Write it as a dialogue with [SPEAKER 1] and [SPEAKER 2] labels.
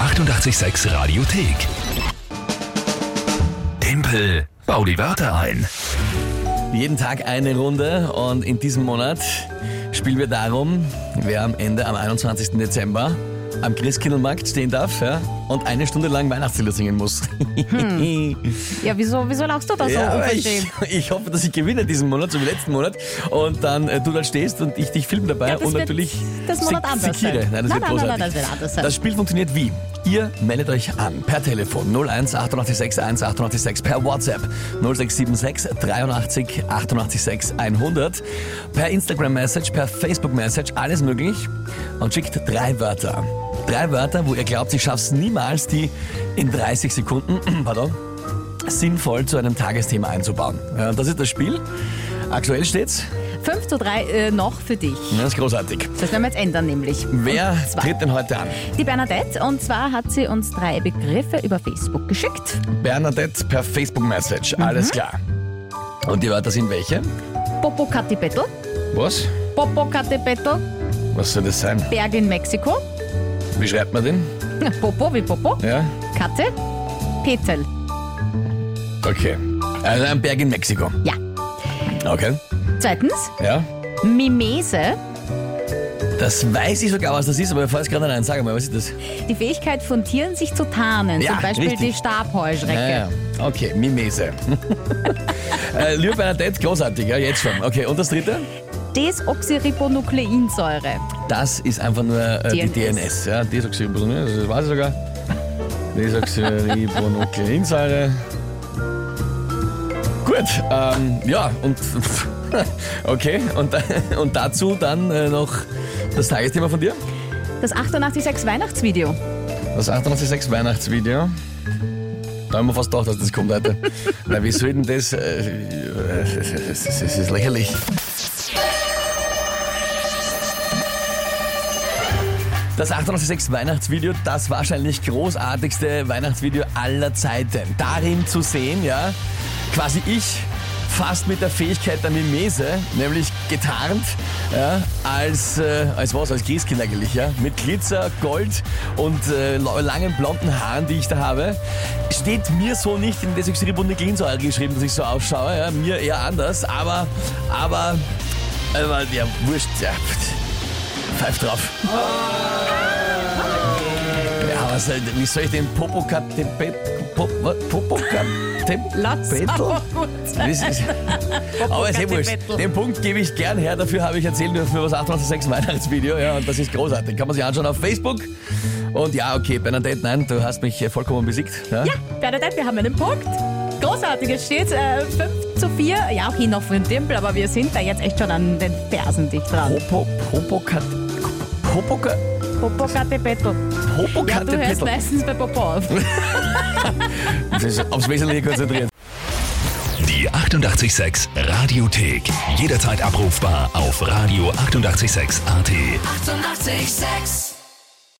[SPEAKER 1] 886 Radiothek. Tempel, bau die Wörter ein.
[SPEAKER 2] Jeden Tag eine Runde und in diesem Monat spielen wir darum, wer am Ende am 21. Dezember am Christkindlmarkt stehen darf ja, und eine Stunde lang Weihnachtslieder singen muss.
[SPEAKER 3] Ja, wieso, wieso lachst du da so
[SPEAKER 2] aber
[SPEAKER 3] unverschämt?
[SPEAKER 2] ich, ich hoffe, dass ich gewinne diesen Monat, so wie letzten Monat. Und dann äh, du da stehst und ich dich film dabei
[SPEAKER 3] Ja, das
[SPEAKER 2] und
[SPEAKER 3] wird
[SPEAKER 2] natürlich
[SPEAKER 3] das Monat
[SPEAKER 2] Sek-
[SPEAKER 3] anders
[SPEAKER 2] Sekire.
[SPEAKER 3] sein.
[SPEAKER 2] Nein, das
[SPEAKER 3] Nein,
[SPEAKER 2] wird
[SPEAKER 3] nein,
[SPEAKER 2] großartig.
[SPEAKER 3] nein, nein, das wird anders sein.
[SPEAKER 2] Das Spiel funktioniert wie? Ihr meldet euch an per Telefon 01 886 1886 per WhatsApp 0676 83 886 100 per Instagram Message, per Facebook Message, alles möglich und schickt drei Wörter. Drei Wörter, wo ihr glaubt, ich schaff's niemals, die in 30 Sekunden, pardon, sinnvoll zu einem Tagesthema einzubauen. Ja, und das ist das Spiel. Aktuell steht's.
[SPEAKER 3] 5 zu 3 äh, noch für dich.
[SPEAKER 2] Das ist großartig.
[SPEAKER 3] Das werden wir jetzt ändern nämlich.
[SPEAKER 2] Wer
[SPEAKER 3] Und zwar
[SPEAKER 2] tritt denn heute an?
[SPEAKER 3] Die Bernadette. Und zwar hat sie uns drei Begriffe über Facebook geschickt.
[SPEAKER 2] Bernadette per Facebook-Message. Alles klar. Und die Wörter sind welche?
[SPEAKER 3] Popocatépetl,
[SPEAKER 2] Was?
[SPEAKER 3] Popocatépetl,
[SPEAKER 2] Was soll das sein?
[SPEAKER 3] Berg in Mexiko,
[SPEAKER 2] Wie schreibt man den?
[SPEAKER 3] Popo wie Popo,
[SPEAKER 2] Ja?
[SPEAKER 3] Katte, Petel.
[SPEAKER 2] Okay. Also ein Berg in Mexiko.
[SPEAKER 3] Ja.
[SPEAKER 2] Okay.
[SPEAKER 3] Zweitens,
[SPEAKER 2] Ja.
[SPEAKER 3] Mimese,
[SPEAKER 2] Das weiß ich sogar, was das ist, aber bevor ich es gerade nein sage mal, was ist das?
[SPEAKER 3] die Fähigkeit von Tieren, sich zu tarnen.
[SPEAKER 2] Ja,
[SPEAKER 3] Zum Beispiel
[SPEAKER 2] richtig.
[SPEAKER 3] die Stabheuschrecke.
[SPEAKER 2] Ja, ja. Ah, Okay, Mimese. äh, liebe Bernadette, großartig, ja, jetzt schon. Okay, und das dritte?
[SPEAKER 3] Desoxyribonukleinsäure.
[SPEAKER 2] Das ist einfach nur äh, die
[SPEAKER 3] DNS.
[SPEAKER 2] DNS. Ja, Desoxyribonukleinsäure, das weiß ich sogar. Desoxyribonukleinsäure. Gut, ähm, ja, und okay, und, da- und dazu dann äh, noch das Tagesthema von dir.
[SPEAKER 3] Das 886 Weihnachtsvideo.
[SPEAKER 2] Das 886 Weihnachtsvideo. Da haben wir fast gedacht, dass das kommt heute. Na, wie soll denn das? äh, äh, Es ist, es ist lächerlich. Das 886 Weihnachtsvideo, das wahrscheinlich großartigste Weihnachtsvideo aller Zeiten. Darin zu sehen, ja, quasi ich fast mit der Fähigkeit der Mimese, nämlich getarnt, ja, als, äh, als was, als Christkind eigentlich, ja, mit Glitzer, Gold und äh, la- langen blonden Haaren, die ich da habe. Steht mir so nicht in Desoxyribonikleinsäure geschrieben, dass ich so ausschaue, ja, mir eher anders, aber, aber, aber, ja, wurscht, ja, pfeif drauf. Ja, aber so, wie soll ich den Popocatépetl... Pop, was? Popocatépetl? Das ist, aber ist eh wurscht. Den Punkt gebe ich gern her. Dafür habe ich erzählen dürfen über das 886 Weihnachtsvideo. Ja, und das ist großartig. Kann man sich anschauen auf Facebook. Und ja, okay, Bernadette, nein, du hast mich äh, vollkommen besiegt. Ja?
[SPEAKER 3] Bernadette, wir haben einen Punkt. Großartig, es steht äh, 5 zu 4. Ja, okay, noch für den Dimpel, aber wir sind da jetzt echt schon an den Fersen dicht dran.
[SPEAKER 2] Popo, Popocat... Popocat...
[SPEAKER 3] Popocatépetl. Ja, du hörst
[SPEAKER 2] Popocatépetl.
[SPEAKER 3] meistens bei Popo auf.
[SPEAKER 2] Das ist aufs Wesentliche konzentriert.
[SPEAKER 1] Die 886 Radiothek. Jederzeit abrufbar auf radio886.at. 886! 886.
[SPEAKER 4] 886